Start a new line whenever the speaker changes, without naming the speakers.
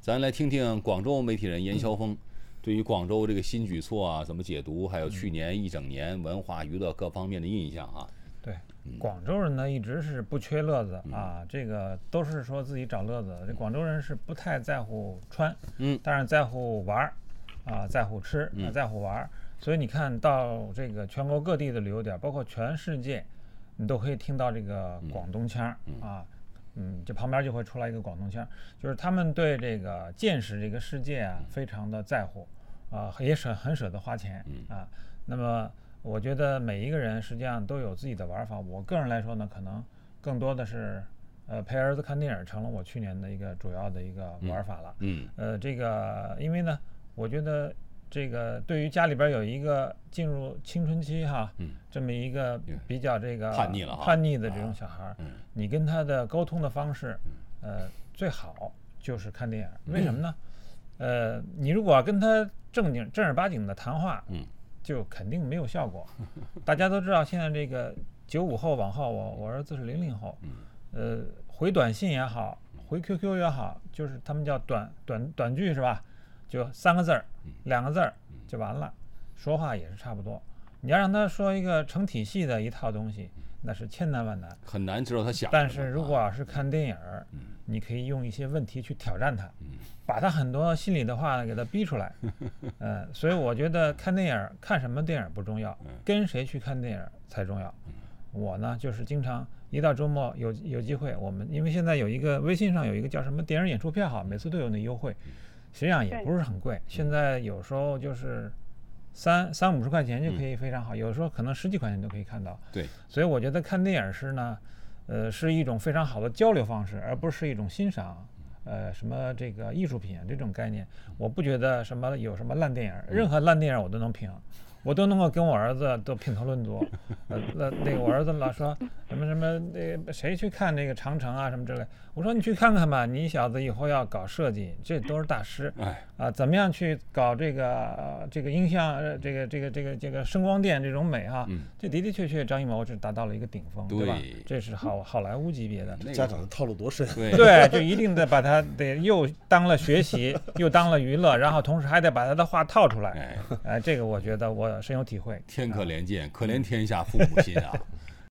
咱来听听广州媒体人严霄
嗯
峰对于广州这个新举措啊怎么解读，还有去年一整年文化娱乐各方面的印象啊。
对，广州人呢一直是不缺乐子啊，这个都是说自己找乐子。这广州人是不太在乎穿，
嗯，
但是在乎玩儿，啊，在乎吃，啊，
嗯
在乎玩儿。所以你看到这个全国各地的旅游点儿，包括全世界，你都可以听到这个
嗯
广东腔儿啊，嗯，这旁边就会出来一个广东腔儿，就是他们对这个见识这个世界
嗯
啊非常的在乎，啊，也舍很舍得花钱
嗯
啊。那么我觉得每一个人实际上都有自己的玩法。我个人来说呢，可能更多的是，呃，陪儿子看电影成了我去年的一个主要的一个玩法了。
嗯
呃，这个因为呢，我觉得这个对于家里边有一个进入青春期哈，
嗯
这么一个比较这个
叛逆了哈
叛逆的这种小孩儿，
嗯
你跟他的沟通的方式，呃，最好就是看电影儿，为什么呢？呃，你如果跟他正经正儿八经的谈话，
嗯
就肯定没有效果。大家都知道，现在这个九五后往后，我我儿子是零零后，呃，回短信也好，回 QQ 也好，就是他们叫短短短句是吧？就三个字儿，两个字儿就完了。说话也是差不多。你要让他说一个成体系的一套东西，那是千难万难。
很难知道他想什么啊。嗯
但是如果要是看电影儿，你可以用一些问题去挑战他，把他很多心里的话给他逼出来。嗯，所以我觉得看电影儿看什么电影儿不重要，
嗯
跟谁去看电影儿才重要。我呢，就是经常一到周末有有机会，我们因为现在有一个微信上有一个叫什么电影演出票哈，每次都有那优惠，实际上也不是很贵，现在有时候就是三三五十块钱就可以非常好，有时候可能十几块钱都可以看到。
对，
所以我觉得看电影是呢，呃，是一种非常好的交流方式，而不是一种欣赏，呃，什么这个艺术品啊这种概念，我不觉得什么有什么烂电影，任何烂电影我都能评。我都能够跟我儿子都品头论足，呃，那那个我儿子老说什么什么那谁去看那个长城啊什么之类，我说你去看看吧，你小子以后要搞设计，这都是大师，
哎，
啊，怎么样去搞这个、呃这个音像、呃这个这个这个这个声光电这种美哈、
嗯
这的的确确张艺谋是达到了一个顶峰，对吧
对？
这是好好莱坞级别的。
那个
家长的套路多深？啊
对
对，就一定得把它得又当了学习，又当了娱乐，然后同时还得把他的话套出来。
哎，
哎，这个我觉得我深有体会。
天可怜见，可怜天下父母心啊！